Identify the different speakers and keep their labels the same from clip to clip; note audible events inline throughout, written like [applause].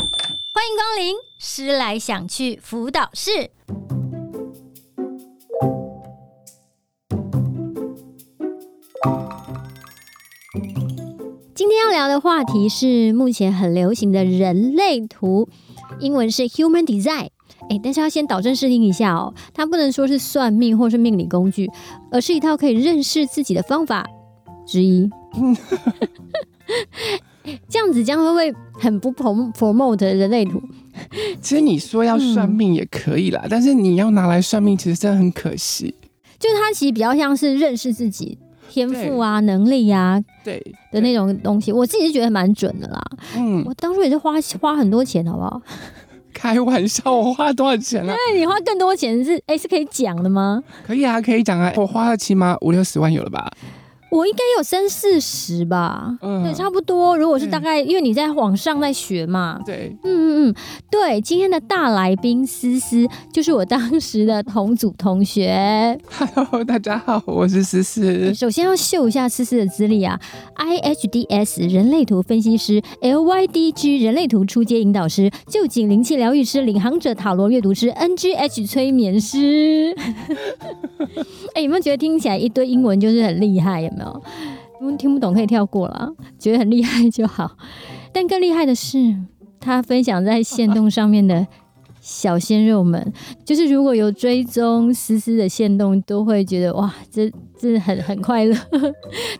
Speaker 1: 欢迎光临思来想去辅导室。今天要聊的话题是目前很流行的人类图，英文是 Human Design。哎，但是要先导正视听一下哦，它不能说是算命或是命理工具，而是一套可以认识自己的方法之一。这样子这样会不会很不 prom- promote 人类图？
Speaker 2: 其实你说要
Speaker 1: 嗯
Speaker 2: 算命也可以啦，但是你要拿来算命，其实真的很可惜。
Speaker 1: 就是它其实比较像是认识自己天赋啊、能力啊
Speaker 2: 对
Speaker 1: 的那，种东西，我自己是觉得蛮准的啦。
Speaker 2: 嗯，
Speaker 1: 我当初也是花花很多钱，好不好？
Speaker 2: 开玩笑，我花多少钱啊？
Speaker 1: [laughs] 那你花更多钱是哎、是可以讲的吗？
Speaker 2: 可以啊，可以讲啊，我花了起码五六十万有了吧？
Speaker 1: 我应该有三四十吧，
Speaker 2: 嗯
Speaker 1: 对，差不多。如果是大概，因为你在网上在学嘛，
Speaker 2: 对，
Speaker 1: 嗯嗯嗯嗯，对。今天的大来宾思思就是我当时的同组同学。
Speaker 2: Hello，大家好，我是思思。
Speaker 1: 首先要秀一下思思的资历啊，IHDS 人类图分析师，LYDG 人类图出街引导师，旧景灵气疗愈师，领航者塔罗阅读师，NGH 催眠师。 [laughs] 哎、有没有觉得听起来一堆英文就是很厉害？有没有？因为听不懂可以跳过了，啊觉得很厉害就好。但更厉害的是，他分享在线动上面的小鲜肉们，就是如果有追踪思思的线动，都会觉得哇，这这很很快乐。 [laughs]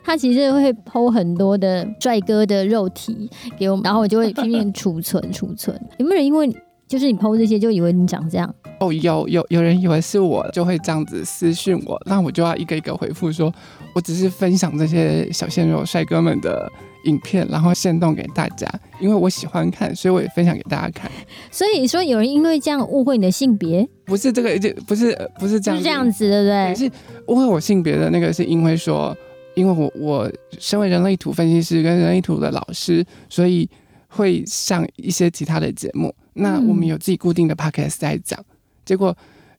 Speaker 1: 他其实会剖很多的帅哥的肉体给我们，然后我就会拼命储存储存。有没有人因为就是你剖这些就以为你长这样？
Speaker 2: 哦，有有有人以为是我，就会这样子私讯我，那我就要一个一个回复说，我只是分享这些小鲜肉帅哥们的影片，然后献动给大家，因为我喜欢看，所以我也分享给大家看。
Speaker 1: 所以说有人因为这样误会你的性别，
Speaker 2: 不是这个，就不是呃不是这
Speaker 1: 就是
Speaker 2: 样子，
Speaker 1: 这样子，对不
Speaker 2: 对，
Speaker 1: 对？
Speaker 2: 是误会我性别的那个，是因为说，因为我我身为人类图分析师跟人类图的老师，所以会上一些其他的节目。那
Speaker 1: 嗯
Speaker 2: 我们有自己固定的 podcast 在讲，结果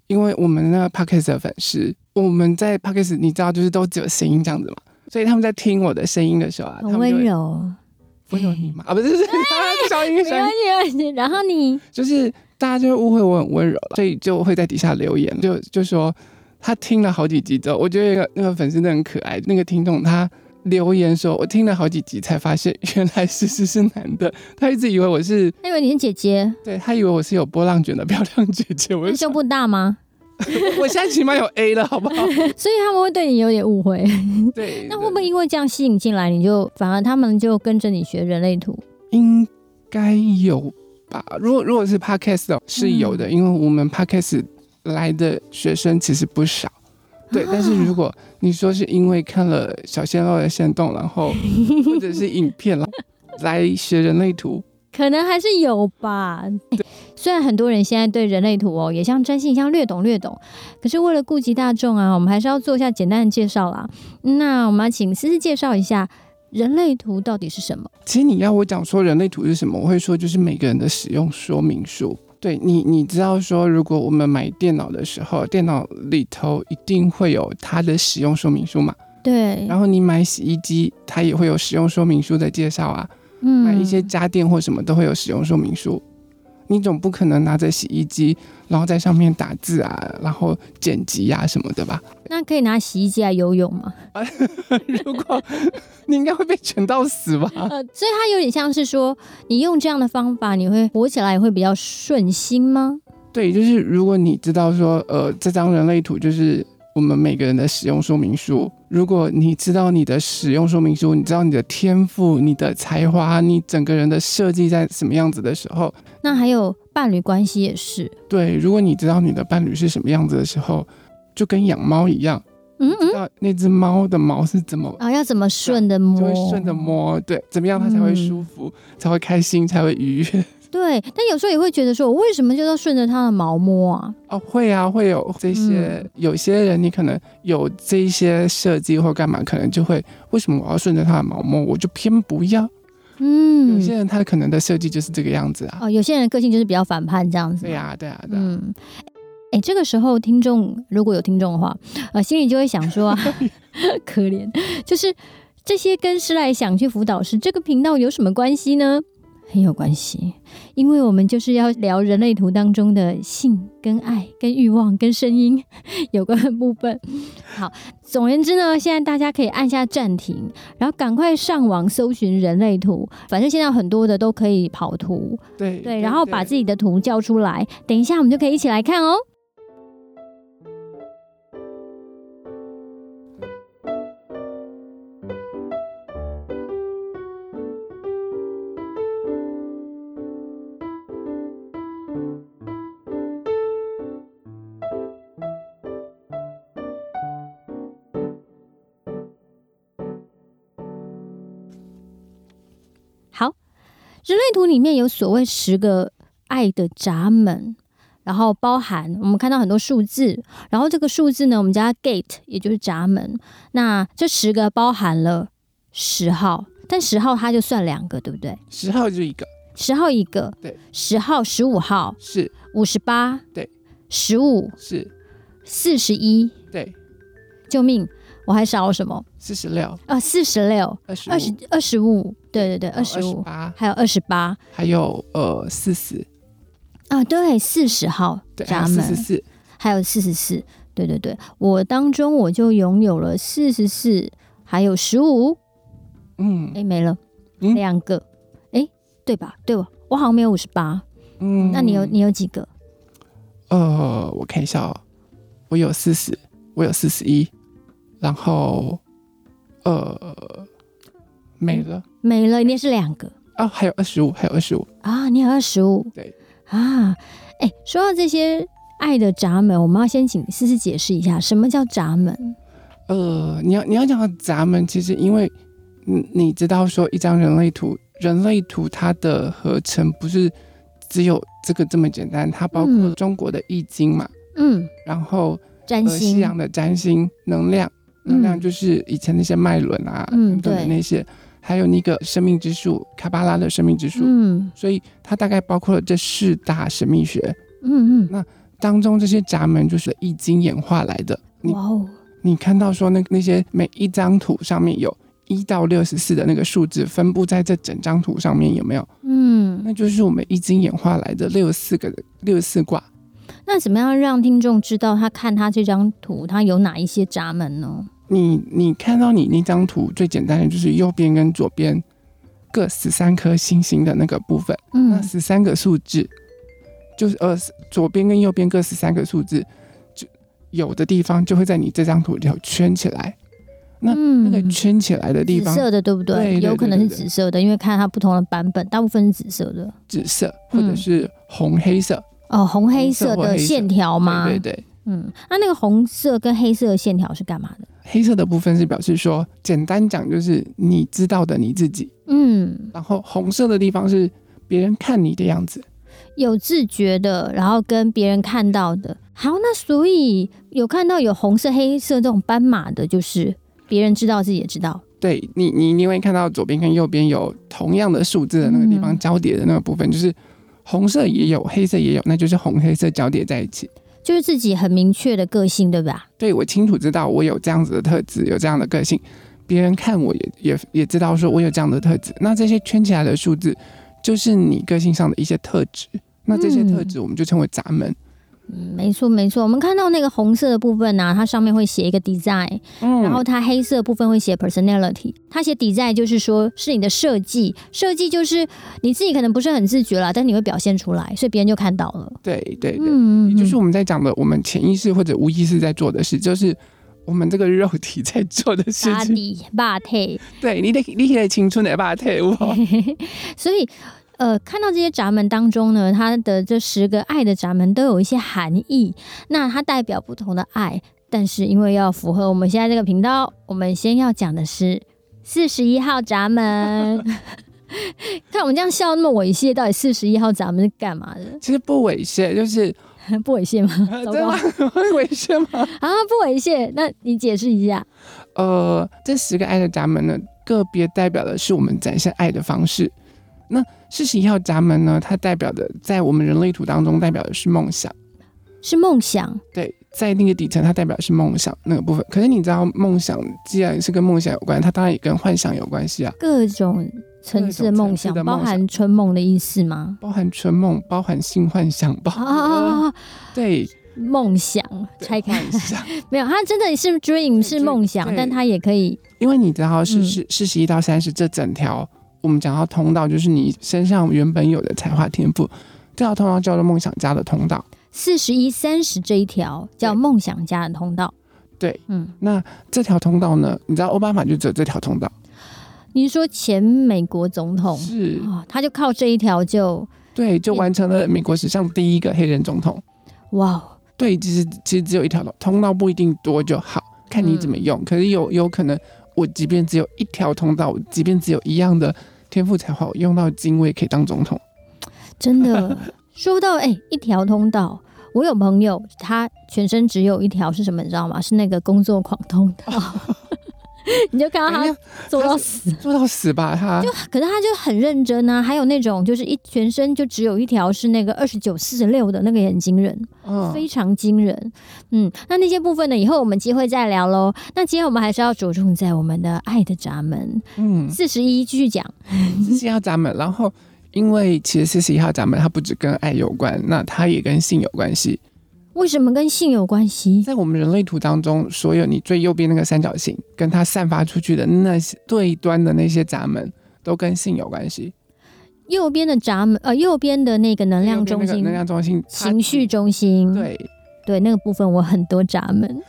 Speaker 2: 因为我们那个 podcast 的粉丝，我们在 podcast 你知道就是都只有声音这样子嘛，所以他们在听我的声音的时候啊，他
Speaker 1: 很
Speaker 2: 们
Speaker 1: 温
Speaker 2: 就会
Speaker 1: 柔，
Speaker 2: [laughs]
Speaker 1: 哎
Speaker 2: 温柔你嘛啊，不是是小音
Speaker 1: 没
Speaker 2: 小音
Speaker 1: 关。系没关系。然后你
Speaker 2: 就是大家就会误会我很温柔了，所以就会在底下留言，就就说他听了好几集之后，我觉得那个那个粉丝真的很可爱，那个听众他留言说，我听了好几集才发现原来思思是男的，他一直以为我是
Speaker 1: 他以为你是姐姐，
Speaker 2: 对他以为我是有波浪卷的漂亮姐姐，我
Speaker 1: 那
Speaker 2: 就
Speaker 1: 胸部
Speaker 2: 说
Speaker 1: 大吗？ [laughs]
Speaker 2: 我现在起码有 A 了，好不好？
Speaker 1: 所以他们会对你有点误会。
Speaker 2: 对，
Speaker 1: [laughs] 那会不会因为这样吸引进来，你就反而他们就跟着你学人类图？
Speaker 2: 应该有吧？如果如果是 podcast 哦，是有的，因为我们 podcast 来的学生其实不少。对，但是如果你说是因为看了小鲜肉的行动，然后或者是影片了来学人类图，
Speaker 1: 可能还是有吧。哎虽然很多人现在对人类图哦，也像占星一样略懂略懂，可是为了顾及大众啊，我们还是要做一下简单的介绍啦。那我们要请思思介绍一下人类图到底是什么？
Speaker 2: 其实你要我讲说人类图是什么，我会说就是每个人的使用说明书。对你，你知道说，如果我们买电脑的时候，电脑里头一定会有它的使用说明书嘛。
Speaker 1: 对，
Speaker 2: 嗯然后你买洗衣机，它也会有使用说明书的介绍啊。
Speaker 1: 嗯
Speaker 2: 买一些家电或什么都会有使用说明书。你总不可能拿着洗衣机，然后在上面打字啊，然后剪辑啊什么的吧？ [laughs]
Speaker 1: 那可以拿洗衣机来游泳吗？
Speaker 2: 如果你应该会被卷到死吧？
Speaker 1: 呃，所以它有点像是说，你用这样的方法，你会活起来会比较顺心吗？
Speaker 2: 对，就是如果你知道说，呃，这张人类图就是我们每个人的使用说明书。如果你知道你的使用说明书，你知道你的天赋、你的才华、你整个人的设计在什么样子的时候，
Speaker 1: 那还有伴侣关系也是，
Speaker 2: 对，如果你知道你的伴侣是什么样子的时候，就跟养猫一样。
Speaker 1: 嗯嗯，
Speaker 2: 那那只猫的毛是怎么，
Speaker 1: 啊，要怎么顺着摸？
Speaker 2: 就会顺着摸，对，怎么样它才会舒服，
Speaker 1: 嗯
Speaker 2: 才会开心，才会愉悦。 [laughs]
Speaker 1: 对，但有时候也会觉得说，我为什么就要顺着它的毛摸啊？
Speaker 2: 哦，会啊，会有这些，
Speaker 1: 嗯
Speaker 2: 有些人你可能有这些设计或干嘛，可能就会为什么我要顺着它的毛摸，我就偏不要。有些
Speaker 1: 嗯，
Speaker 2: 人他可能的设计就是这个样子啊。
Speaker 1: 哦，有些人的个性就是比较反叛这样子。
Speaker 2: 对、呀、对呀、对呀、
Speaker 1: 嗯，哎，这个时候听众如果有听众的话，呃，心里就会想说、啊，可怜，就是这些跟师来想去辅导师这个频道有什么关系呢？很有关系，因为我们就是要聊人类图当中的性、跟爱、跟欲望、跟声音有关的部分。好，总而言之呢，现在大家可以按下暂停，然后赶快上网搜寻人类图，反正现在有很多的都可以跑图，
Speaker 2: 对
Speaker 1: 对，然后把自己的图叫出来，等一下我们就可以一起来看哦。好，人类图里面有所谓十个爱的闸门，然后包含我们看到很多数字，然后这个数字呢，我们叫它 gate，也就是闸门。那这十个包含了十号，但十号它就算两个，对不对？
Speaker 2: 十号就一个，
Speaker 1: 十号一个，
Speaker 2: 对，
Speaker 1: 十号、十五号、
Speaker 2: 是
Speaker 1: 五十八，
Speaker 2: 对，
Speaker 1: 十五、
Speaker 2: 是，
Speaker 1: 四十一，
Speaker 2: 对，
Speaker 1: 救命！我还少了什么？
Speaker 2: 四十六、
Speaker 1: 啊，四十六、
Speaker 2: 二十、哦
Speaker 1: 二十、二十五，对对对，
Speaker 2: 二
Speaker 1: 二十五，
Speaker 2: 八，
Speaker 1: 还有二十八，
Speaker 2: 还有呃四十，
Speaker 1: 啊，对，四十号
Speaker 2: 对，
Speaker 1: 闸
Speaker 2: 四十
Speaker 1: 门，
Speaker 2: 四，
Speaker 1: 还有四十四，对对对，我当中我就拥有了四十四，还有十五，
Speaker 2: 嗯
Speaker 1: 哎，没了，
Speaker 2: 嗯
Speaker 1: 两个，哎，对吧？对吧？我好像没有五十八，
Speaker 2: 嗯
Speaker 1: 那你有你有几个？
Speaker 2: 呃，我看一下哦，我有四十，我有四十一，然后呃没了
Speaker 1: 没了，你也是两个
Speaker 2: 啊，还有二十五，还有二十五，
Speaker 1: 啊，你有二十五，
Speaker 2: 对
Speaker 1: 啊，哎，说到这些爱的闸门，我们要先请思思解释一下什么叫闸门。
Speaker 2: 呃，你要你要讲到闸门，其实因为你你知道说一张人类图，人类图它的合成不是只有这个这么简单，它包括
Speaker 1: 嗯
Speaker 2: 中国的易经嘛，
Speaker 1: 嗯，
Speaker 2: 然后
Speaker 1: 占
Speaker 2: 呃西
Speaker 1: 星，
Speaker 2: 洋的占星能量，能量
Speaker 1: 嗯
Speaker 2: 就是以前那些脉轮啊
Speaker 1: 嗯
Speaker 2: 等等的
Speaker 1: 对
Speaker 2: 那些，还有那个生命之树卡巴拉的生命之树，
Speaker 1: 嗯
Speaker 2: 所以它大概包括了这四大神秘学
Speaker 1: 嗯嗯，
Speaker 2: 当中这些闸门，就是易经演化来的。你
Speaker 1: 哇哦，
Speaker 2: 你看到说那那些每一张图上面有一到六十四的那个数字分布在这整张图上面有没有？
Speaker 1: 嗯。
Speaker 2: 那就是我们易经演化来的六十四个六十四卦。
Speaker 1: 那怎么样让听众知道他看他这张图，他有哪一些闸门呢？
Speaker 2: 你你看到你那张图最简单的就是右边跟左边各十三颗星星的那个部分，那
Speaker 1: 嗯
Speaker 2: 十三个数字就是呃左边跟右边各十三个数字，就有的地方就会在你这张图里头圈起来，那那
Speaker 1: 嗯
Speaker 2: 个圈起来的地
Speaker 1: 紫
Speaker 2: 方
Speaker 1: 色的对不对？
Speaker 2: 对对对
Speaker 1: 有可能是紫色的，因为看它不同的版本，大部分是紫色的。
Speaker 2: 紫色或
Speaker 1: 嗯
Speaker 2: 者是红黑色，
Speaker 1: 哦，红黑色
Speaker 2: 红色或
Speaker 1: 的
Speaker 2: 黑色
Speaker 1: 线条吗？
Speaker 2: 对对对，
Speaker 1: 嗯，那那个红色跟黑色的线条是干嘛的？
Speaker 2: 黑色的部分是表示说，简单讲就是你知道的你自己，
Speaker 1: 嗯，
Speaker 2: 然后红色的地方是别人看你的样子。
Speaker 1: 有自觉的，然后跟别人看到的。好，那所以有看到有红色、黑色这种斑马的，就是别人知道，自己也知道。
Speaker 2: 对你，你你会看到左边跟右边有同样的数字的那个地方
Speaker 1: 嗯
Speaker 2: 交叠的那个部分，就是红色也有，黑色也有，那就是红黑色交叠在一起。
Speaker 1: 就是自己很明确的个性，对吧？
Speaker 2: 对我清楚知道我有这样子的特质，有这样的个性，别人看我也也也知道说我有这样的特质。那这些圈起来的数字，就是你个性上的一些特质。那这些特质我们就称为闸门。
Speaker 1: 嗯，没错没错，我们看到那个红色的部分呢、它上面会写一个 design，、
Speaker 2: 嗯
Speaker 1: 然后它黑色部分会写 personality。它写 design 就是说是你的设计，设计就是你自己可能不是很自觉啦，但你会表现出来，所以别人就看到了。
Speaker 2: 对对对，
Speaker 1: 嗯
Speaker 2: 也就是
Speaker 1: 嗯
Speaker 2: 我们在讲的，我们潜意识或者无意识在做的事，就是我们这个肉体在做的事
Speaker 1: 打
Speaker 2: 情。
Speaker 1: 底霸退，
Speaker 2: 对你得你得青春的把它退伍。哦
Speaker 1: [laughs] 所以。呃，看到这些闸门当中呢，它的这十个爱的闸门都有一些含义。那它代表不同的爱，但是因为要符合我们现在这个频道，我们先要讲的是四十一号闸门。 [laughs] 看我们这样笑那么猥亵，到底四十一号闸门是干嘛的？
Speaker 2: 其实不猥亵，就是
Speaker 1: 不猥亵吗？
Speaker 2: 呃
Speaker 1: 糟
Speaker 2: 真
Speaker 1: 糕
Speaker 2: 的吗 [laughs] 会猥亵吗？
Speaker 1: 啊，不猥亵。那你解释一下。
Speaker 2: 呃，这十个爱的闸门呢，个别代表的是我们展现爱的方式。那四十一号闸门呢，它代表的在我们人类图当中代表的是梦想。
Speaker 1: 是梦想，
Speaker 2: 对，在那个底层，它代表的是梦想那个部分。可是你知道，梦想既然是跟梦想有关，它当然也跟幻想有关系啊。
Speaker 1: 各种层次的梦
Speaker 2: 各种层次
Speaker 1: 想
Speaker 2: 的，梦
Speaker 1: 包
Speaker 2: 想
Speaker 1: 含春梦的意思吗？
Speaker 2: 包含春梦，包含性幻想，包含、
Speaker 1: 啊，
Speaker 2: 对
Speaker 1: 梦想拆开
Speaker 2: 幻想，
Speaker 1: 没有，它真的是 dream
Speaker 2: 对
Speaker 1: 是梦想，
Speaker 2: 对
Speaker 1: 但它也可以
Speaker 2: 因为你知道
Speaker 1: 嗯
Speaker 2: 是是四十一到三十这整条，我们讲到通道，就是你身上原本有的才华天赋，这条通道叫做梦想家的通道。
Speaker 1: 四十一三十这一条叫
Speaker 2: 对
Speaker 1: 梦想家的通道。
Speaker 2: 对，
Speaker 1: 嗯，
Speaker 2: 那这条通道呢？你知道奥巴马就只有这条通道，
Speaker 1: 你说前美国总统
Speaker 2: 是
Speaker 1: 哦，嗯他就靠这一条就
Speaker 2: 对，就完成了美国史上第一个黑人总统。
Speaker 1: 哇哦，
Speaker 2: 对，其实其实只有一条通道，不一定多就好，看你怎么
Speaker 1: 嗯
Speaker 2: 用。可是有有可能，我即便只有一条通道，我即便只有一样的天赋才华，我用到精卫可以当总统。
Speaker 1: 真的说到哎、一条通道。我有朋友，他全身只有一条是什么，你知道吗？是那个工作狂通
Speaker 2: [laughs]
Speaker 1: 道。你就看到
Speaker 2: 哎
Speaker 1: 他
Speaker 2: 呀，
Speaker 1: 做
Speaker 2: 他
Speaker 1: 到
Speaker 2: 是
Speaker 1: 死，
Speaker 2: 做到死吧哎他！
Speaker 1: 可是他啊就很认真啊。还有那种就是一全身就只有一条是那个二十九四十六的那个也很惊人。
Speaker 2: 嗯，
Speaker 1: 非常惊人。嗯，那那些部分呢，以后我们机会再聊喽。那今天我们还是要着重在我们的爱的闸门
Speaker 2: 嗯，
Speaker 1: 四十一继续讲。
Speaker 2: 四十号闸门，然后因为其实四十一号闸门它不只跟爱有关，那它也跟性有关系。
Speaker 1: 为什么跟性有关系？
Speaker 2: 在我们人类图当中，所有你最右边那个三角形跟它散发出去的那些对端的那些闸门，都跟性有关系。
Speaker 1: 右边的闸门，呃，右边的那个能量中
Speaker 2: 右边那个
Speaker 1: 心、
Speaker 2: 能量中心，它
Speaker 1: 情绪中心，
Speaker 2: 对
Speaker 1: 对那个部分，我很多闸门。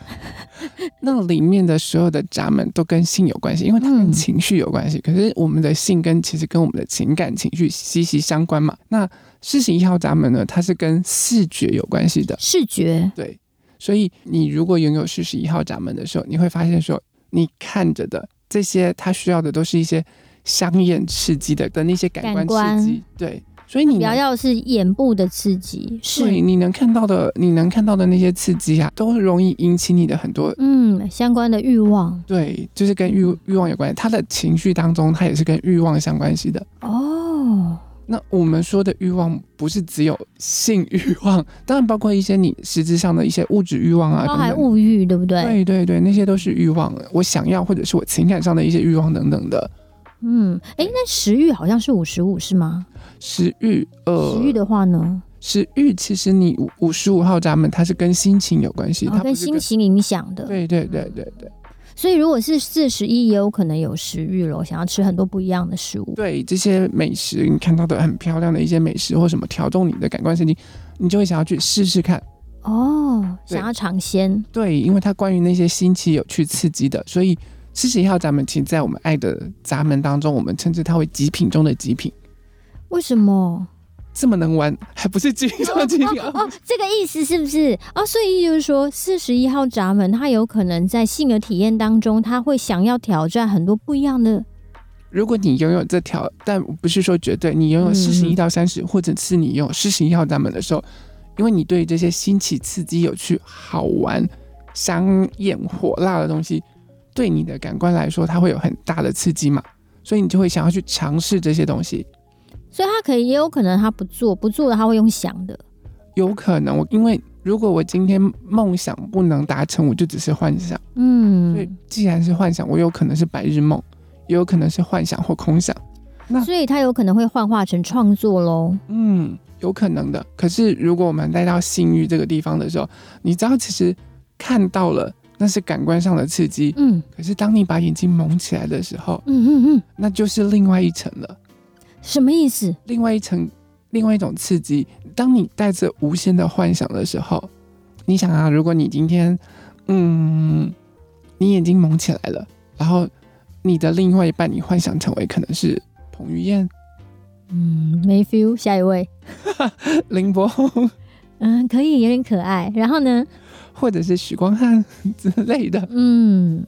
Speaker 2: 那里面的所有的闸门都跟性有关系，因为它跟
Speaker 1: 嗯
Speaker 2: 情绪有关系。可是我们的性跟其实跟我们的情感情绪息息相关嘛。那四十一号闸门呢，它是跟视觉有关系的，
Speaker 1: 视觉
Speaker 2: 对。所以你如果拥有四十一号闸门的时候，你会发现说，你看着的这些，它需要的都是一些香艳刺激的的那些感
Speaker 1: 感
Speaker 2: 官
Speaker 1: 官
Speaker 2: 刺激，对。所以你
Speaker 1: 比较
Speaker 2: 能
Speaker 1: 要是眼部的刺激，
Speaker 2: 对
Speaker 1: 是
Speaker 2: 你能看到的，你能看到的那些刺激啊，都容易引起你的很多
Speaker 1: 嗯相关的欲望
Speaker 2: 对，就是跟欲欲望有关系。他的情绪当中，他也是跟欲望相关系的。
Speaker 1: 哦。
Speaker 2: 那我们说的欲望，不是只有性欲望，当然包括一些你实质上的一些物质欲望啊，
Speaker 1: 包含
Speaker 2: 等等
Speaker 1: 物欲，对不对？
Speaker 2: 对对对，那些都是欲望，我想要或者是我情感上的一些欲望等等的
Speaker 1: 嗯，哎，那食欲好像是五十五，是吗？
Speaker 2: 食欲。呃，
Speaker 1: 食欲的话呢？
Speaker 2: 食欲其实你五五十五号闸门，它是跟心情有关系，
Speaker 1: 哦
Speaker 2: 它、
Speaker 1: 跟
Speaker 2: 不是
Speaker 1: 心。情影响的。
Speaker 2: 对对对对对
Speaker 1: 所以如果是四十一，也有可能有食欲了，想要吃很多不一样的食物。
Speaker 2: 对这些美食，你看到的很漂亮的一些美食或什么调动你的感官神经，你就会想要去试试看。
Speaker 1: 哦，
Speaker 2: 对
Speaker 1: 想要尝鲜。
Speaker 2: 对，因为它关于那些新奇、有趣、刺激的，所以四十一号闸门其实在我们爱的闸门当中，我们称之它为极品中的极品。
Speaker 1: 为什么？
Speaker 2: 这么能玩，还不是极品中的极品？ [laughs]
Speaker 1: 哦，这个意思是不是？哦，所以就是说，四十一号闸门，它有可能在性的体验当中，他会想要挑战很多不一样的。
Speaker 2: 如果你拥有这条，但不是说绝对，你拥有
Speaker 1: 嗯
Speaker 2: 四十一到三十、或者是你拥有四十一号闸门的时候，因为你对于这些新奇、刺激、有趣、好玩、香艳、火辣的东西，对你的感官来说，它会有很大的刺激嘛，所以你就会想要去尝试这些东西。
Speaker 1: 所以他可以，也有可能他不做，不做的他会用想的。
Speaker 2: 有可能我因为如果我今天梦想不能达成，我就只是幻想。所以
Speaker 1: 嗯，
Speaker 2: 既然是幻想，我有可能是白日梦，也有可能是幻想或空想。那
Speaker 1: 所以他有可能会幻化成创作喽。
Speaker 2: 嗯，有可能的。可是如果我们带到性欲这个地方的时候，你知道其实看到了那是感官上的刺激，
Speaker 1: 嗯
Speaker 2: 可是当你把眼睛蒙起来的时候，
Speaker 1: 嗯嗯嗯，
Speaker 2: 那就是另外一层了，
Speaker 1: 什么意思？
Speaker 2: 另外一层，另外一种刺激。当你带着无限的幻想的时候，你想啊，如果你今天，嗯，你眼睛蒙起来了，然后你的另外一半，你幻想成为可能是彭于晏、 [laughs]
Speaker 1: 嗯，没 feel。下一位。
Speaker 2: 林柏宏，
Speaker 1: 嗯，可以，有点可爱。然后呢？
Speaker 2: 或者是许光汉之类的，
Speaker 1: 嗯，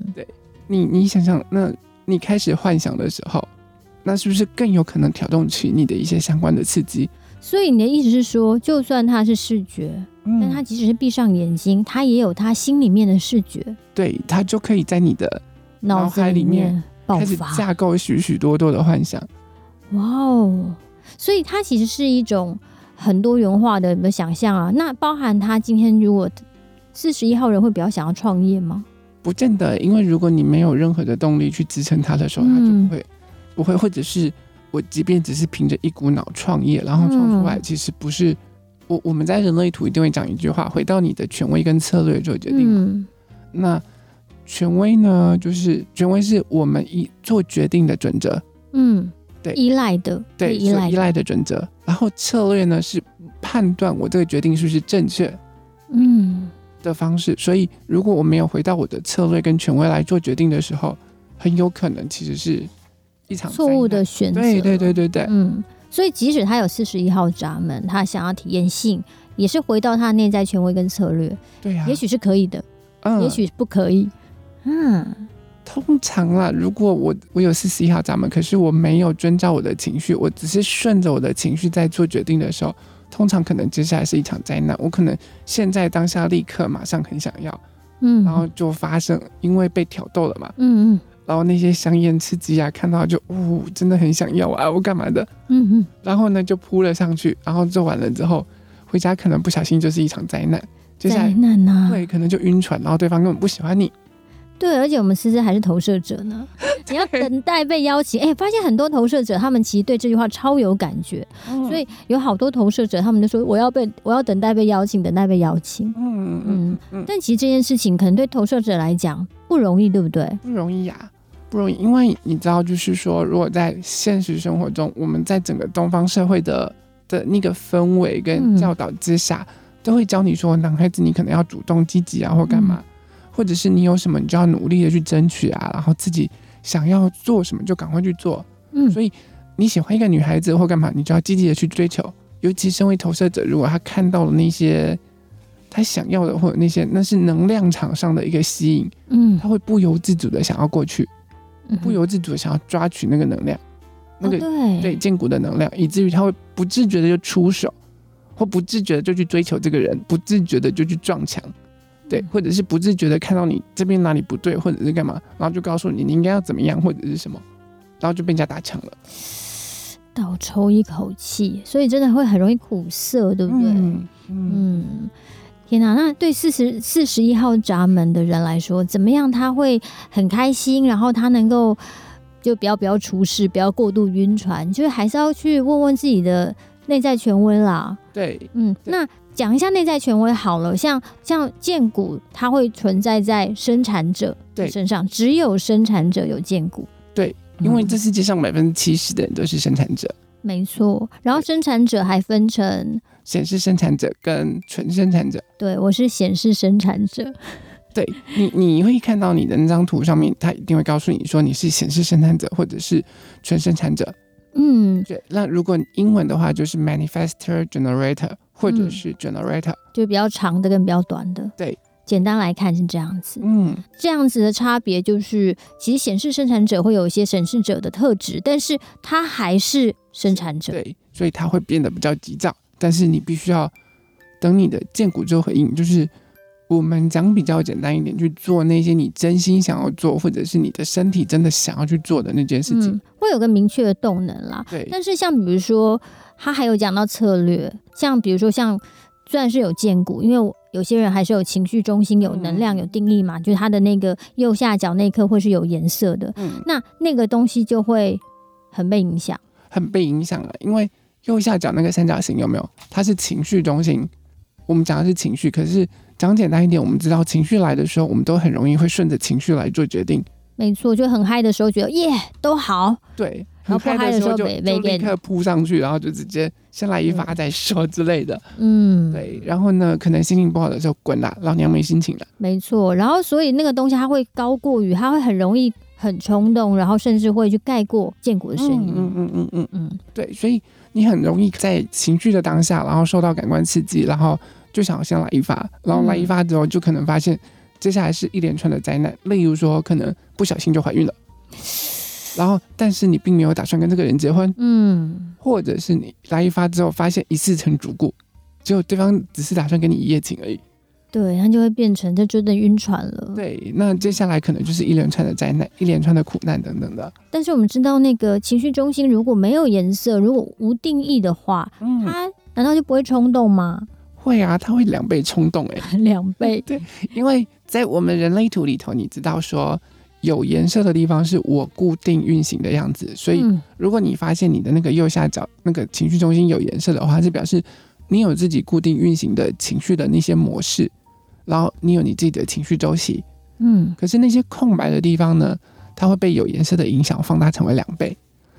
Speaker 2: 你你想想，那你开始幻想的时候，那是不是更有可能挑动起你的一些相关的刺激？
Speaker 1: 所以你的意思是说，就算他是视觉，但他
Speaker 2: 嗯，
Speaker 1: 即使是闭上眼睛，他也有他心里面的视觉，
Speaker 2: 对，它就可以在你的
Speaker 1: 脑子
Speaker 2: 脑海
Speaker 1: 里
Speaker 2: 里
Speaker 1: 面
Speaker 2: 面
Speaker 1: 爆
Speaker 2: 开始
Speaker 1: 发。
Speaker 2: 架构许许多多的幻想。
Speaker 1: 哇哦！所以它其实是一种很多元化的想象啊。那包含他今天如果四十一号人会比较想要创业吗？
Speaker 2: 不见得，因为如果你没有任何的动力去支撑它的时候，它就
Speaker 1: 嗯
Speaker 2: 不会，不会，或者是我即便只是凭着一股脑创业，然后创出来，
Speaker 1: 嗯
Speaker 2: 其实不是我我们在人类图一定会讲一句话，回到你的权威跟策略做决定。
Speaker 1: 嗯
Speaker 2: 那权威呢，就是权威是我们一做决定的准则，
Speaker 1: 嗯，
Speaker 2: 对
Speaker 1: 依赖的，
Speaker 2: 对，
Speaker 1: 依
Speaker 2: 所
Speaker 1: 赖
Speaker 2: 依
Speaker 1: 的，
Speaker 2: 赖的准则。然后策略呢是判断我这个决定是不是正确
Speaker 1: 嗯
Speaker 2: 的方式。所以如果我没有回到我的策略跟权威来做决定的时候，很有可能其实是一场
Speaker 1: 错误
Speaker 2: 灾难
Speaker 1: 的选择，
Speaker 2: 对对对对对，
Speaker 1: 嗯，所以即使他有四十一号闸门，他想要体验性，也是回到他内在权威跟策略，
Speaker 2: 对呀、
Speaker 1: 也许是可以的，
Speaker 2: 嗯，
Speaker 1: 也许不可以。嗯，
Speaker 2: 通常啦，如果我我有四十一号闸门，可是我没有遵照我的情绪，我只是顺着我的情绪在做决定的时候，通常可能接下来是一场灾难。我可能现在当下立刻马上很想要，
Speaker 1: 嗯，
Speaker 2: 然后就发生，因为被挑逗了嘛，
Speaker 1: 嗯嗯
Speaker 2: 然后那些香烟刺激啊，看到就呜、真的很想要啊，我干嘛的？
Speaker 1: 嗯嗯，
Speaker 2: 然后呢就扑了上去，然后做完了之后，回家可能不小心就是一场灾难，接下
Speaker 1: 灾
Speaker 2: 来
Speaker 1: 难啊呐、
Speaker 2: 会可能就晕船，然后对方根本不喜欢你，
Speaker 1: 对，而且我们思思还是投射者
Speaker 2: [laughs]
Speaker 1: 呢，你要等待被邀请。哎、发现很多投射者，他们其实对这句话超有感觉，
Speaker 2: 嗯
Speaker 1: 所以有好多投射者，他们就说我要被，我要等待被邀请，等待被邀请。
Speaker 2: 嗯
Speaker 1: 嗯
Speaker 2: 嗯嗯，
Speaker 1: 但其实这件事情可能对投射者来讲不容易，对不对？
Speaker 2: 不容易呀、啊不容易，因为你知道，就是说，如果在现实生活中，我们在整个东方社会的的那个氛围
Speaker 1: 嗯
Speaker 2: 跟教导之下，都会教你说，男孩子你可能要主动积极啊，或干嘛，或者是你有什么你就要努力的去争取啊，然后自己想要做什么就赶快去做。
Speaker 1: 嗯
Speaker 2: 所以你喜欢一个女孩子或干嘛，你就要积极的去追求。尤其身为投射者，如果他看到了那些他想要的，或者那些那是能量场上的一个吸引，
Speaker 1: 嗯，
Speaker 2: 他会不由自主的想要过去，
Speaker 1: 嗯
Speaker 2: 不由自主的想要抓取那个能量，那个、
Speaker 1: 哦、对
Speaker 2: 对剑骨的能量，以至于他会不自觉的就出手，或不自觉的就去追求这个人，不自觉的就去撞墙，对
Speaker 1: 嗯，
Speaker 2: 或者是不自觉的看到你这边哪里不对，或者是干嘛，然后就告诉你你应该要怎么样，或者是什么，然后就被人家打枪了，
Speaker 1: 倒抽一口气，所以真的会很容易苦涩，对不对？嗯，
Speaker 2: 嗯
Speaker 1: 天哪！那对四十四十一号闸门的人来说，怎么样他会很开心，然后他能够就不要不要出事，不要过度晕船，就是还是要去问问自己的内在权威啦。
Speaker 2: 对，
Speaker 1: 嗯，
Speaker 2: 对
Speaker 1: 那讲一下内在权威好了，像像剑骨，它会存在在生产者
Speaker 2: 对
Speaker 1: 身上，只有生产者有剑骨。
Speaker 2: 对，因为
Speaker 1: 嗯
Speaker 2: 这世界上百分之七十的人都是生产者，
Speaker 1: 没错，然后生产者还分成，
Speaker 2: 显示生产者跟纯生产者。
Speaker 1: 对我是显示生产者，
Speaker 2: 对你，你会看到你的那张图上面，它一定会告诉你说你是显示生产者或者是纯生产者。
Speaker 1: 嗯，
Speaker 2: 对，那如果英文的话，就是 manifestor generator 或者
Speaker 1: 嗯
Speaker 2: 是 generator。
Speaker 1: 就比较长的跟比较短的，
Speaker 2: 对，
Speaker 1: 简单来看是这样子，
Speaker 2: 嗯，
Speaker 1: 这样子的差别就是，其实显示生产者会有一些显示者的特质，但是他还是生产者，
Speaker 2: 对，所以它会变得比较急躁，但是你必须要等你的见骨之后回应，就是。我们讲比较简单一点，去做那些你真心想要做，或者是你的身体真的想要去做的那件事情。
Speaker 1: 嗯，会有个明确的动能啦，
Speaker 2: 对，
Speaker 1: 但是像比如说，他还有讲到策略，像比如说像虽然是有荐股，因为我有些人还是有情绪中心、有能量、
Speaker 2: 嗯
Speaker 1: 有定义嘛，就是他的那个右下角那一颗会是有颜色的，
Speaker 2: 嗯，
Speaker 1: 那那个东西就会很被影响。
Speaker 2: 很被影响了，因为右下角那个三角形有没有？它是情绪中心。我们讲的是情绪，可是讲简单一点，我们知道情绪来的时候，我们都很容易会顺着情绪来做决定。
Speaker 1: 没错，就很嗨的时候觉得耶都好，
Speaker 2: 对，
Speaker 1: 然后
Speaker 2: 很
Speaker 1: 不嗨
Speaker 2: 嗨的时候
Speaker 1: 的时
Speaker 2: 就
Speaker 1: 候没
Speaker 2: 就
Speaker 1: 没
Speaker 2: 立
Speaker 1: 给
Speaker 2: 刻扑上去，然后就直接先来一发再说之类的。
Speaker 1: 嗯，，
Speaker 2: 对，然后呢，可能心情不好的时候滚啦，老娘没心情了。
Speaker 1: 没错。然后所以那个东西它会高过于，它会很容易很冲动，然后甚至会去盖过建股的声音。
Speaker 2: 嗯嗯嗯嗯，
Speaker 1: 嗯
Speaker 2: 对，所以你很容易在情绪的当下，然后受到感官刺激，然后就想先来一发，然后来一发之后，就可能发现接下来是一连串的灾难，例如说可能不小心就怀孕了，然后但是你并没有打算跟这个人结婚，
Speaker 1: 嗯
Speaker 2: 或者是你来一发之后发现一次成主顾，结果对方只是打算跟你一夜情而已。
Speaker 1: 对，它就会变成这真的晕船了。
Speaker 2: 对，那接下来可能就是一连串的灾难，一连串的苦难等等的。
Speaker 1: 但是我们知道，那个情绪中心如果没有颜色，如果无定义的话，
Speaker 2: 嗯，
Speaker 1: 它难道就不会冲动吗？ [laughs]
Speaker 2: 会啊，他会两倍冲动哎、
Speaker 1: 两倍，
Speaker 2: 因为在我们人类图里头，你知道说有颜色的地方是我固定运行的样子，所以
Speaker 1: 嗯
Speaker 2: 如果你发现你的那个右下角那个情绪中心有颜色的话，是表示你有自己固定运行的情绪的那些模式，然后你有你自己的情绪周期。
Speaker 1: 嗯，
Speaker 2: 可是那些空白的地方呢，它会被有颜色的影响放大成为两倍，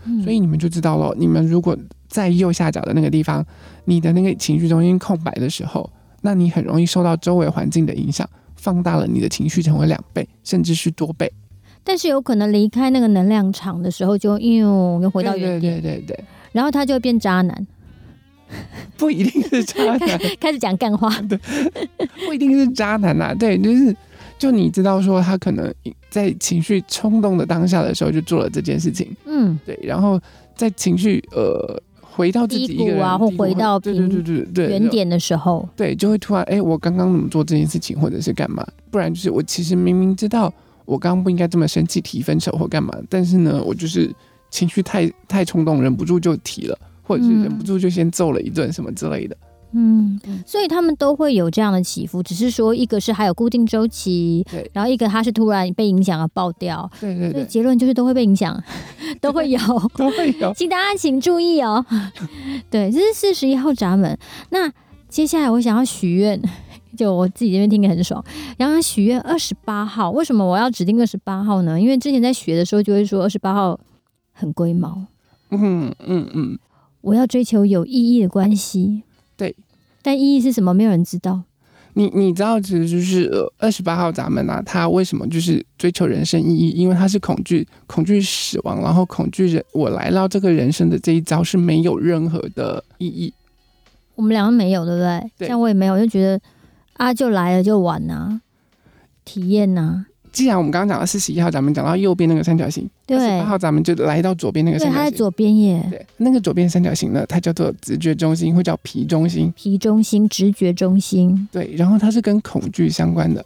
Speaker 1: 嗯
Speaker 2: 所以你们就知道咯，你们如果在右下角的那个地方，你的那个情绪中心空白的时候，那你很容易受到周围环境的影响，放大了你的情绪成为两倍，甚至是多倍。
Speaker 1: 但是有可能离开那个能量场的时候就，又又回到原点，
Speaker 2: 对对对对对，
Speaker 1: 然后他就会变渣男，
Speaker 2: 不一定是渣男，
Speaker 1: 开始讲干话。
Speaker 2: 不一定是渣男呐、对，就是就你知道说他可能在情绪冲动的当下的时候就做了这件事情，
Speaker 1: 嗯，
Speaker 2: 对，然后在情绪呃回到自己一个人
Speaker 1: 低谷啊或
Speaker 2: 低谷
Speaker 1: 回到
Speaker 2: 对对对对对
Speaker 1: 原，点的时候，
Speaker 2: 对，就会突然哎、我刚刚怎么做这件事情，或者是干嘛？不然就是我其实明明知道我刚刚不应该这么生气提分手或干嘛，但是呢，我就是情绪太太冲动，忍不住就提了，或者是忍不住就先揍了一顿什么之类的。
Speaker 1: 嗯，所以他们都会有这样的起伏，只是说一个是还有固定周期
Speaker 2: 对，
Speaker 1: 然后一个它是突然被影响而爆掉，
Speaker 2: 对对
Speaker 1: 所以
Speaker 2: 对，
Speaker 1: 结论就是都会被影响， [laughs] 都会有。
Speaker 2: [laughs] 都会有。
Speaker 1: 请大家请注意
Speaker 2: [laughs]
Speaker 1: 哦。对，这是四十一号闸门。那接下来我想要许愿， [laughs] 就我自己这边听得很爽，然后许愿二十八号。为什么我要指定二十八号呢？因为之前在学的时候就会说二十八号很龟毛，
Speaker 2: 嗯嗯嗯，
Speaker 1: 我要追求有意义的关系。
Speaker 2: 对，
Speaker 1: 但意义是什么？没有人知道。
Speaker 2: 你你知道，其实就是呃二十八号闸门啊，它为什么就是追求人生意义？因为它是恐惧，恐惧死亡，然后恐惧人我来到这个人生的这一招是没有任何的意义。
Speaker 1: 我们两个没有，对不对？
Speaker 2: 对
Speaker 1: 像我也没有，就觉得啊，就来了就玩呐、体验啊呐、
Speaker 2: 既然我们刚刚讲到四十一号闸门，讲到右边那个三角形，二十
Speaker 1: 对
Speaker 2: 八，号闸门就来到左边那个
Speaker 1: 对，
Speaker 2: 三
Speaker 1: 它
Speaker 2: 角
Speaker 1: 在
Speaker 2: 形。
Speaker 1: 左边耶，
Speaker 2: 对，那个左边三角形呢，它叫做直觉中心，或叫皮中心。
Speaker 1: 皮中心、直觉中心。
Speaker 2: 对，然后它是跟恐惧相关
Speaker 1: 嗯
Speaker 2: 的。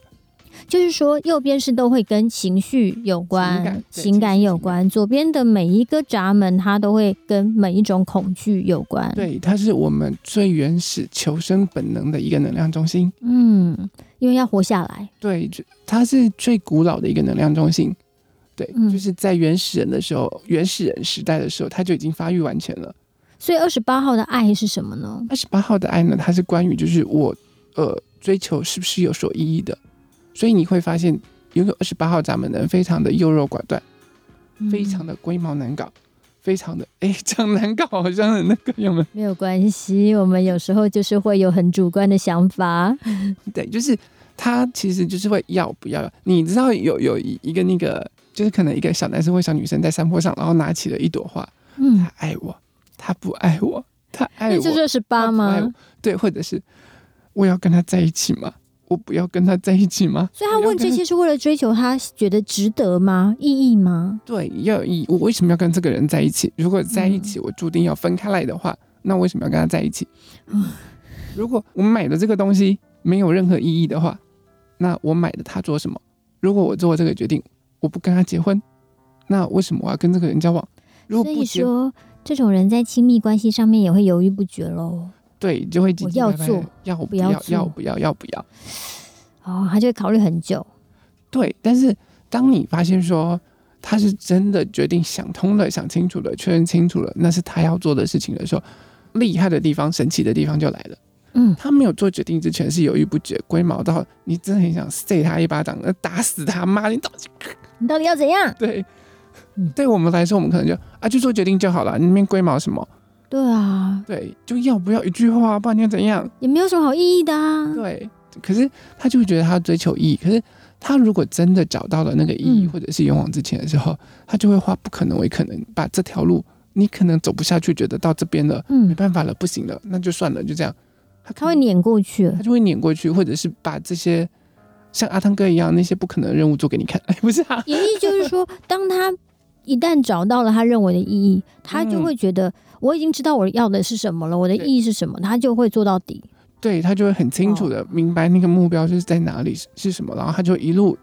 Speaker 1: 就是说，右边是都会跟情绪有关、
Speaker 2: 情感对
Speaker 1: 有关；左边的每一个闸门，它都会跟每一种恐惧有关。，
Speaker 2: 对，它是我们最原始求生本能的一个能量中心。
Speaker 1: 嗯，因为要活下来，
Speaker 2: 对，就它是最古老的一个能量中心。对，
Speaker 1: 嗯
Speaker 2: 就是在原始人的时候，原始人时代的时候，它就已经发育完全了。
Speaker 1: 所以二十八号的爱是什么呢？
Speaker 2: 二十八号的爱呢，它是关于就是我呃追求是不是有所意义的，所以你会发现拥有二十八号闸门的人非常的优柔寡断，非常
Speaker 1: 嗯、
Speaker 2: 的龟毛难搞，非常的哎讲难搞好像很那个有没有？
Speaker 1: 没有关系，我们有时候就是会有很主观的想法。
Speaker 2: 对，就是他其实就是会要不要。你知道有有一一个那个，就是可能一个小男生或小女生在山坡上，然后拿起了一朵花，
Speaker 1: 嗯
Speaker 2: 他，爱我，他不爱我，他爱
Speaker 1: 那
Speaker 2: 我，啊
Speaker 1: 就是二十
Speaker 2: 他
Speaker 1: 八
Speaker 2: 不爱我
Speaker 1: 吗？？
Speaker 2: 对，或者是我要跟他在一起吗？我不要跟他在一起吗？
Speaker 1: 所以他问这些是为了追求他觉得值得吗？意义吗？
Speaker 2: 对，要以我为什么要跟这个人在一起？如果在一
Speaker 1: 嗯
Speaker 2: 起，我注定要分开来的话，那为什么要跟他在一起？如果我买的这个东西没有任何意义的话，那我买的它做什么？如果我做这个决定，我不跟他结婚，那为什么我要跟这个人交往？如
Speaker 1: 所
Speaker 2: 果
Speaker 1: 以
Speaker 2: 不结，
Speaker 1: 说，这种人在亲密关系上面也会犹豫不决喽。
Speaker 2: 对，就会唧唧
Speaker 1: 我要
Speaker 2: 歪歪
Speaker 1: 做
Speaker 2: 的要不
Speaker 1: 要
Speaker 2: 要，
Speaker 1: 做
Speaker 2: 要不要，要不要？
Speaker 1: 哦，他就会考虑很久。
Speaker 2: 对，但是当你发现说他是真的决定想通了、想清楚了、确认清楚了，那是他要做的事情的时候，厉害的地方、神奇的地方就来了。
Speaker 1: 嗯，
Speaker 2: 他没有做决定之前是犹豫不决、龟毛到你真的很想塞他一巴掌，呃打死他，妈你到底
Speaker 1: 你到底要怎样？
Speaker 2: 对
Speaker 1: 嗯。
Speaker 2: 对我们来说，我们可能就啊，就做决定就好了，你那边龟毛什么？
Speaker 1: 对啊，
Speaker 2: 对，就要不要一句话，不然你要怎样？
Speaker 1: 也没有什么好意义的啊。
Speaker 2: 对，可是他就会觉得他追求意义，可是他如果真的找到了那个意义，
Speaker 1: 嗯
Speaker 2: 或者是勇往直前的时候，他就会化不可能为可能，把这条路你可能走不下去，觉得到这边了，
Speaker 1: 嗯，
Speaker 2: 没办法了，不行了，那就算了，就这样。他可
Speaker 1: 他会
Speaker 2: 能，
Speaker 1: 碾过
Speaker 2: [laughs]
Speaker 1: 去
Speaker 2: 他。就会碾过去，或者是把这些像阿汤哥一样那些不可能的任务做给你看。哎， [laughs] 不是啊，
Speaker 1: 也意就是说，当他一旦找到了他认为的意义，他就会觉得、我已经知道我要的是什么了，我的
Speaker 2: 嗯对
Speaker 1: 意义是什么，他就会做到底。
Speaker 2: 对他就会很清楚的
Speaker 1: 哦
Speaker 2: 明白那个目标是在哪里是是什么，然后他就一路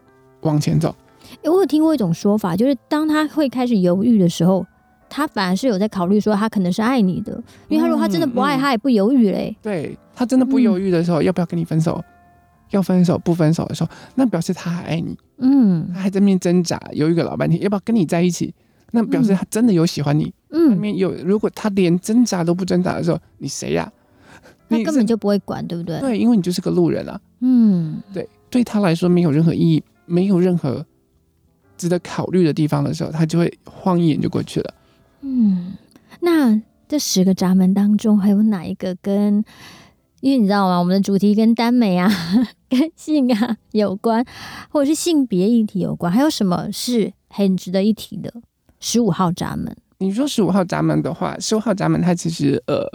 Speaker 2: 往前走。
Speaker 1: 诶我有听过一种说法，就是当他会开始犹豫的时候，他反而是有在考虑说他可能是爱你的，因为他如果他真的不爱，
Speaker 2: 嗯嗯
Speaker 1: 他也不犹豫嘞、嗯
Speaker 2: 对他真的不犹豫的时候，要不要跟你分手？要分手不分手的时候，那表示他还爱你，
Speaker 1: 嗯
Speaker 2: 他还在那边挣扎，犹豫个老半天，要不要跟你在一起？那表示他真的有喜欢你。那
Speaker 1: 嗯，
Speaker 2: 边有，如果他连挣扎都不挣扎的时候，你谁呀、
Speaker 1: 他
Speaker 2: 你
Speaker 1: 根
Speaker 2: 是
Speaker 1: 本就不会管，对不对？
Speaker 2: 对，因为你就是个路人啊。
Speaker 1: 嗯
Speaker 2: 对，对他来说没有任何意义，没有任何值得考虑的地方的时候，他就会晃一眼就过去了。
Speaker 1: 嗯，那这十个闸门当中，还有哪一个跟？因为你知道吗？我们的主题跟耽美啊、 [laughs] 跟性啊有关，或者是性别议题有关，还有什么是很值得一提的？十五号闸门，
Speaker 2: 你说十五号闸门的话，十五号闸门它其实呃，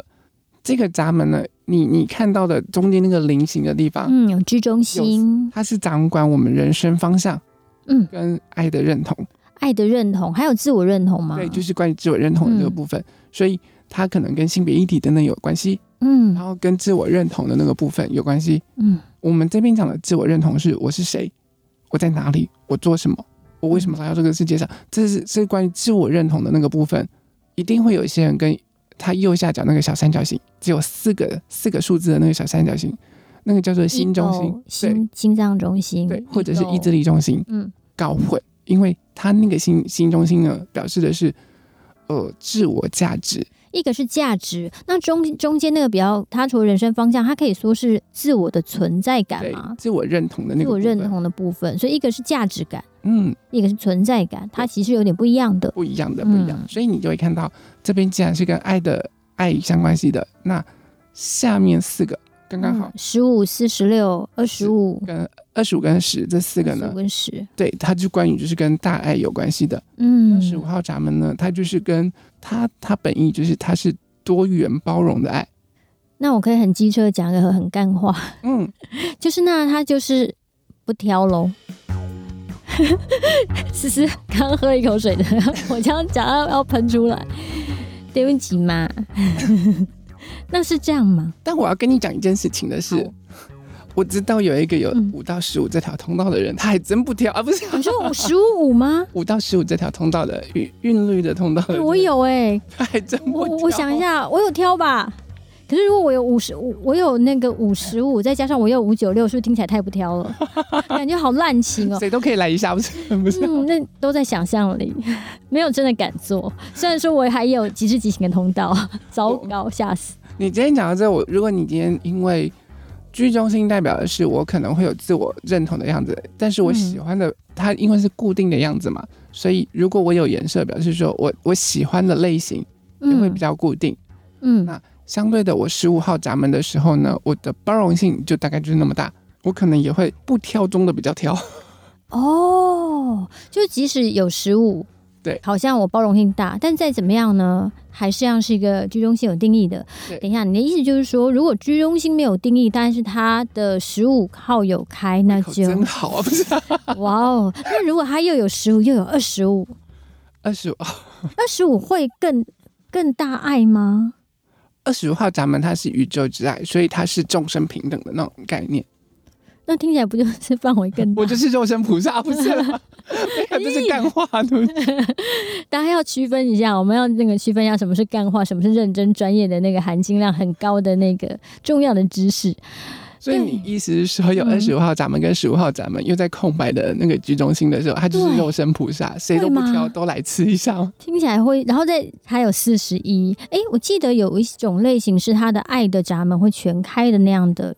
Speaker 2: 这个闸门呢，你你看到的中间那个菱形的地方，
Speaker 1: 嗯，有居中心，
Speaker 2: 它是掌管我们人生方向
Speaker 1: 嗯，
Speaker 2: 跟爱的认同，
Speaker 1: 爱的认同，还有自我认同吗？嗯
Speaker 2: 对，就是关于自我认同的这个部分，所以它可能跟性别议题等等有关系，然
Speaker 1: 嗯
Speaker 2: 后跟自我认同的那个部分有关系。
Speaker 1: 嗯
Speaker 2: 我们这边讲的自我认同是我是谁，我在哪里，我做什么，我为什么来到这个世界上，这是这是关于自我认同的那个部分，一定会有一些人跟他右下角那个小三角形，只有四个四个数字的那个小三角形，那个叫做心中
Speaker 1: 有
Speaker 2: 心，
Speaker 1: 心心脏中心，
Speaker 2: 对对，或者是
Speaker 1: 有
Speaker 2: 意志，力中心
Speaker 1: 嗯
Speaker 2: 搞混，因为他那个心心中心呢，表示的是呃自我价值，
Speaker 1: 一个是价值，那中中间那个比较，它除了人生方向，它可以说是自我的存在感
Speaker 2: 对
Speaker 1: 嘛，，
Speaker 2: 自我认同的那
Speaker 1: 自
Speaker 2: 个
Speaker 1: 我
Speaker 2: 部
Speaker 1: 认
Speaker 2: 分，
Speaker 1: 同的部分，所以一个是价值感，
Speaker 2: 嗯，
Speaker 1: 一个是存在感，它其实有点不一样的。
Speaker 2: 不一样的，不一样。
Speaker 1: 嗯
Speaker 2: 所以你就会看到这边既然是跟爱的爱相关系的，那下面四个刚刚好，
Speaker 1: 嗯十五、四十六、二十五、
Speaker 2: 跟二十五跟十这四个呢，
Speaker 1: 跟十，
Speaker 2: 对，它就关于就是跟大爱有关系的。
Speaker 1: 嗯，
Speaker 2: 十五号闸门呢，它就是跟它它本意就是它是多元包容的爱，
Speaker 1: 那我可以很机车地讲一个很干话，
Speaker 2: 嗯，
Speaker 1: 就是那他就是不挑 [laughs] 喽。思思刚喝一口水的， [laughs] 我这样讲要要喷出来，对不起嘛。 [laughs] 那是这样吗？
Speaker 2: 但我要跟你讲一件事情的是
Speaker 1: 好。
Speaker 2: 我知道有一个有
Speaker 1: 嗯
Speaker 2: 五到十五这条通道的人，他还真不挑
Speaker 1: [laughs]
Speaker 2: 啊，不是
Speaker 1: 你说我十五五吗？
Speaker 2: 五到十五这条通道的韵韵律的通道的
Speaker 1: 哎
Speaker 2: 人，
Speaker 1: 我有哎、
Speaker 2: 他 [laughs] 还真不
Speaker 1: 我我我
Speaker 2: 挑
Speaker 1: 想一下，我有挑吧。可是如果我有五十五，我有那个五十五，再加上我有五九六，是不是听起来太不挑了？ [laughs] 感觉好滥情哦。
Speaker 2: 谁都可以来一下，不是？不是？
Speaker 1: [laughs] 嗯，那都在想象里， [laughs] 没有真的敢做。虽然说我还有极致极行的通道， [laughs] 糟糕，吓死！
Speaker 2: 你今天讲到这，我如果你今天因为居中心代表的是我可能会有自我认同的样子，但是我
Speaker 1: 嗯
Speaker 2: 喜欢的、它因为是固定的样子嘛，所以如果我有颜色，表示说我我喜欢的类型也会比较固定。
Speaker 1: 嗯
Speaker 2: 那相对的，我十五号闸门的时候呢，我的包容性就大概就是那么大。我可能也会不挑中的比较挑，
Speaker 1: 哦，就即使有十五，
Speaker 2: 对
Speaker 1: 好像我包容性大，但再怎么样呢，还是要是一个居中心有定义的
Speaker 2: 对。
Speaker 1: 等一下，你的意思就是说，如果居中心没有定义，但是它的十五号有开，那
Speaker 2: 口
Speaker 1: 就
Speaker 2: [laughs] 真好啊！不是
Speaker 1: [laughs] 哇哦。那如果它又有十五又有二十五，
Speaker 2: 二十五
Speaker 1: 二十五会更更大爱吗？
Speaker 2: 二十五号闸门，它是宇宙之爱，所以它是众生平等的那种概念。
Speaker 1: 那听起来不就是范围更大？
Speaker 2: 我就是肉身菩萨，不是 [laughs] 啦，没有这是干话，对不对？
Speaker 1: 大家要区分一下，我们要那个区分一下什么是干话，什么是认真专业的那个含金量很高的那个重要的知识。
Speaker 2: 所以你意思是说，有二十五号闸门跟十五号闸门，又在空白的那个居中心的时候，它就是肉身菩萨，谁都不
Speaker 1: 会吗
Speaker 2: 挑，都来吃一下吗？
Speaker 1: 听起来会，然后再还有四十一，诶，我记得有一种类型是它的爱的闸门会全开的那样的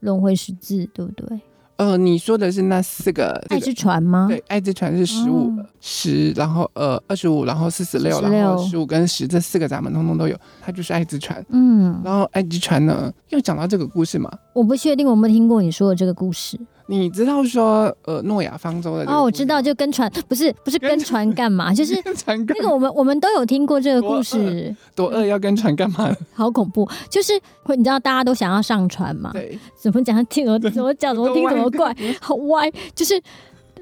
Speaker 1: 轮回十字，对不对？
Speaker 2: 呃，你说的是那四个，
Speaker 1: 爱
Speaker 2: 这个
Speaker 1: 之船吗？
Speaker 2: 对，爱之船是十五
Speaker 1: 哦、
Speaker 2: 十，然后呃二十五，然后四十六，
Speaker 1: 46
Speaker 2: 然后十五跟十这四个闸门通通都有，它就是爱之船。
Speaker 1: 嗯，
Speaker 2: 然后爱之船呢，又讲到这个故事嘛，
Speaker 1: 我不确定我有没有听过你说的这个故事。你
Speaker 2: 你知道说呃诺亚方舟的这个
Speaker 1: 哦，我
Speaker 2: 故事
Speaker 1: 知道，就跟船不是不是跟
Speaker 2: 跟
Speaker 1: 船干嘛，就是
Speaker 2: [laughs] 船干
Speaker 1: 那个我们我们都有听过这个故
Speaker 2: 多
Speaker 1: 事。
Speaker 2: 多饿要跟船干嘛？ [laughs]
Speaker 1: 好恐怖！就是会，你知道大家都想要上船嘛？
Speaker 2: 对，
Speaker 1: 怎么讲？
Speaker 2: [laughs]
Speaker 1: 听我怎么讲？怎么听？
Speaker 2: 都歪 [laughs]
Speaker 1: 怎么怪？好歪！就是，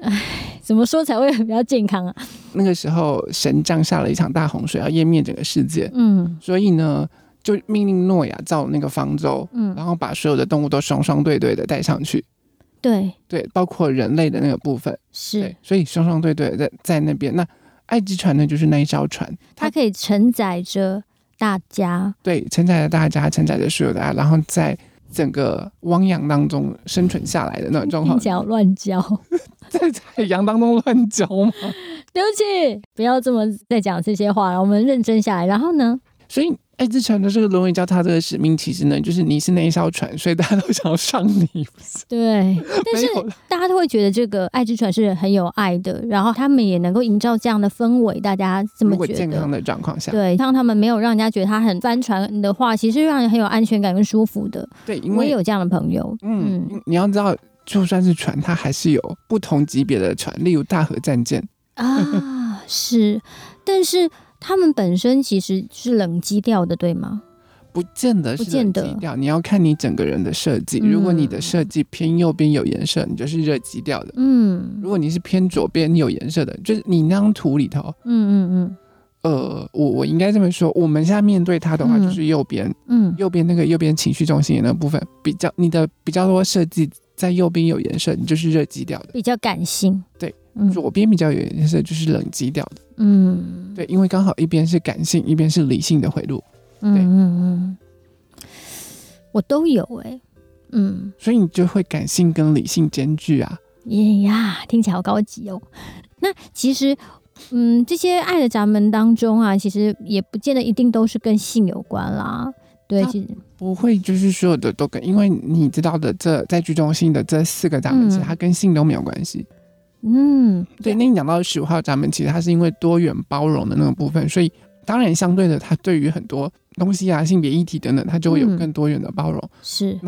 Speaker 1: 唉，怎么说才会比较健康啊？
Speaker 2: 那个时候神降下了一场大洪水，要淹灭整个世界，
Speaker 1: 嗯
Speaker 2: 所以呢，就命令诺亚造那个方舟，
Speaker 1: 嗯，
Speaker 2: 然后把所有的动物都双双对对的带上去，
Speaker 1: 对，
Speaker 2: 对，包括人类的那个部分，
Speaker 1: 是
Speaker 2: 对，所以双双对对地在在那边。那爱之船呢，就是那一艘船，
Speaker 1: 它
Speaker 2: 它
Speaker 1: 可以承载着大家。
Speaker 2: 对承载着大家，承载着所有的爱，然后在整个汪洋当中生存下来的那种状
Speaker 1: 乱
Speaker 2: 况，
Speaker 1: 教乱教。
Speaker 2: [laughs] 在海洋当中乱交吗？
Speaker 1: [laughs] 对不起，不要这么再讲这些话了，我们认真下来。然后呢？
Speaker 2: 所以爱之船的这个轮回交叉这个使命，其实呢，就是你是那一艘船，所以大家都想要上你， [laughs]
Speaker 1: 对，但
Speaker 2: 没
Speaker 1: 是
Speaker 2: 有了
Speaker 1: 大家都会觉得这个爱之船是很有爱的，然后他们也能够营造这样的氛围，大家这么
Speaker 2: 如果
Speaker 1: 觉
Speaker 2: 健康
Speaker 1: 得。
Speaker 2: 的状况下，
Speaker 1: 对，让他们没有让人家觉得他很帆船的话，其实让人很有安全感跟舒服的。
Speaker 2: 对，因
Speaker 1: 我也
Speaker 2: 为
Speaker 1: 有这样的朋友，
Speaker 2: 嗯，
Speaker 1: 嗯
Speaker 2: 你要知道，就算是船，它还是有不同级别的船，例如大和战舰，
Speaker 1: 啊，是，但是他们本身其实是冷基调的，对吗？
Speaker 2: 不见得
Speaker 1: 不
Speaker 2: 是
Speaker 1: 见
Speaker 2: 冷
Speaker 1: 得
Speaker 2: 基调，你要看你整个人的设计。
Speaker 1: 嗯
Speaker 2: 如果你的设计偏右边有颜色，你就是热基调的；
Speaker 1: 嗯
Speaker 2: 如果你是偏左边有颜色的，就是你那张图里头，
Speaker 1: 嗯嗯
Speaker 2: 呃，我我应该这么说，我们现在面对它的话，
Speaker 1: 嗯
Speaker 2: 就是右边，
Speaker 1: 嗯嗯，
Speaker 2: 右边那个右边情绪中心的那个部分比较，你的比较多设计在右边有颜色，你就是热基调的；
Speaker 1: 比较感性。
Speaker 2: 对，
Speaker 1: 嗯
Speaker 2: 左边比较有颜色就是冷基调的。
Speaker 1: 嗯，
Speaker 2: 对，因为刚好一边是感性，一边是理性的回路，
Speaker 1: 嗯嗯嗯，我都有哎、嗯
Speaker 2: 所以你就会感性跟理性兼具啊。
Speaker 1: 耶呀，听起来好高级哦。那其实，嗯，这些爱的闸门当中啊，其实也不见得一定都是跟性有关啦。对，
Speaker 2: 啊
Speaker 1: 其实
Speaker 2: 不会，就是所有的都跟，因为你知道的这，在剧中心的这四个闸门，
Speaker 1: 嗯
Speaker 2: 其实它跟性都没有关系。
Speaker 1: 嗯，
Speaker 2: 对，那你讲到十五号闸门，其实它是因为多元包容的那个部分，所以当然相对的，它对于很多东西啊、性别议题等等，它就会有
Speaker 1: 嗯
Speaker 2: 更多元的包容。
Speaker 1: 是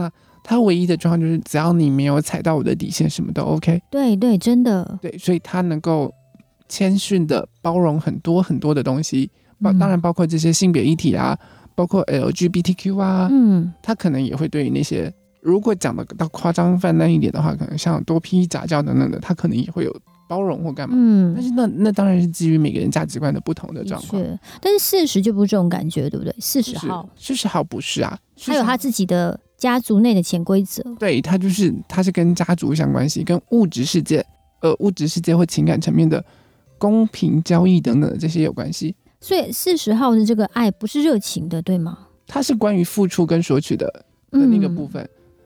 Speaker 2: 它唯一的状况就是，只要你没有踩到我的底线，什么都 OK。
Speaker 1: 对对，真的。
Speaker 2: 对，所以它能够谦逊的包容很多很多的东西，包
Speaker 1: 嗯
Speaker 2: 当然包括这些性别议题啊，包括 LGBTQ 啊，
Speaker 1: 嗯，
Speaker 2: 它可能也会对于那些如果讲的到夸张泛滥一点的话，可能像多批杂交等等的，它可能也会有包容或干嘛。
Speaker 1: 嗯，
Speaker 2: 但是那那当然是基于每个人价值观的不同的
Speaker 1: 的
Speaker 2: 状况。
Speaker 1: 确，但是四十就不是这种感觉，对不对？四十号，
Speaker 2: 事实好不是啊，
Speaker 1: 他有他
Speaker 2: 40
Speaker 1: 自己的家族内的潜规则。
Speaker 2: 对，它就是它是跟家族相关系，跟物质世界，呃，物质世界或情感层面的公平交易等等的这些有关系。
Speaker 1: 所以四十号的这个爱不是热情的，对吗？嗯
Speaker 2: 它是关于付出跟索取的的那个部分，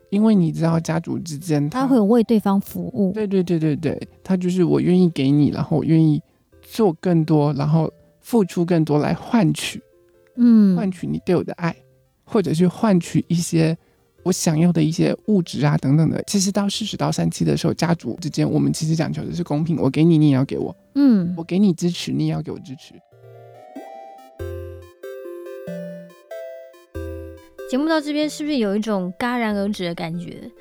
Speaker 2: 因为你知道家族之间它
Speaker 1: 他会有为对方服务。
Speaker 2: 对对对对对，它就是我愿意给你，然后我愿意做更多，然后付出更多来换取换
Speaker 1: 嗯，
Speaker 2: 取你对我的爱，或者去换取一些。我想要的一些物质啊，等等的，其实到四十到三七的时候，家族之间我们其实讲求的是公平，我给你，你也要给我，
Speaker 1: 嗯
Speaker 2: 我给你支持，你也要给我支持。
Speaker 1: 节目到这边是不是有一种戛然而止的感觉？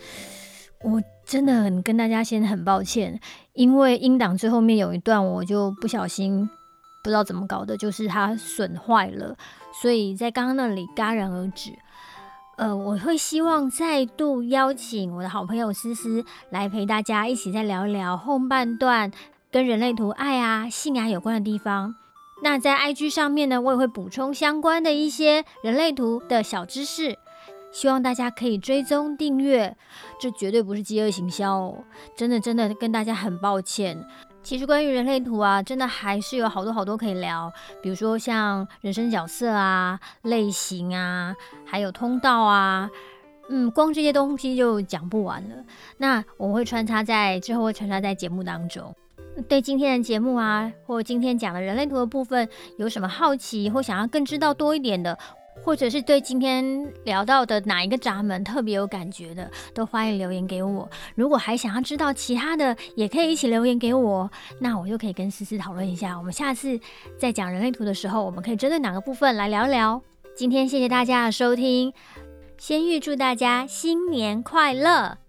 Speaker 1: 我真的很跟大家先很抱歉，因为音档最后面有一段我就不小心不知道怎么搞的，就是它损坏了，所以在刚刚那里戛然而止。呃，我会希望再度邀请我的好朋友思思来陪大家一起再聊一聊后半段跟人类图爱啊、性啊有关的地方。那在 IG 上面呢，我也会补充相关的一些人类图的小知识，希望大家可以追踪订阅。这绝对不是饥饿行销哦，真的真的跟大家很抱歉。其实关于人类图啊，真的还是有好多好多可以聊，比如说像人生角色啊、类型啊，还有通道啊，嗯，光这些东西就讲不完了。那我会穿插在之后会穿插在节目当中。对今天的节目啊，或今天讲的人类图的部分，有什么好奇或想要更知道多一点的，或者是对今天聊到的哪一个闸门特别有感觉的，都欢迎留言给我。如果还想要知道其他的，也可以一起留言给我，那我就可以跟思思讨论一下。我们下次在讲人类图的时候，我们可以针对哪个部分来聊聊。今天谢谢大家的收听，先预祝大家新年快乐！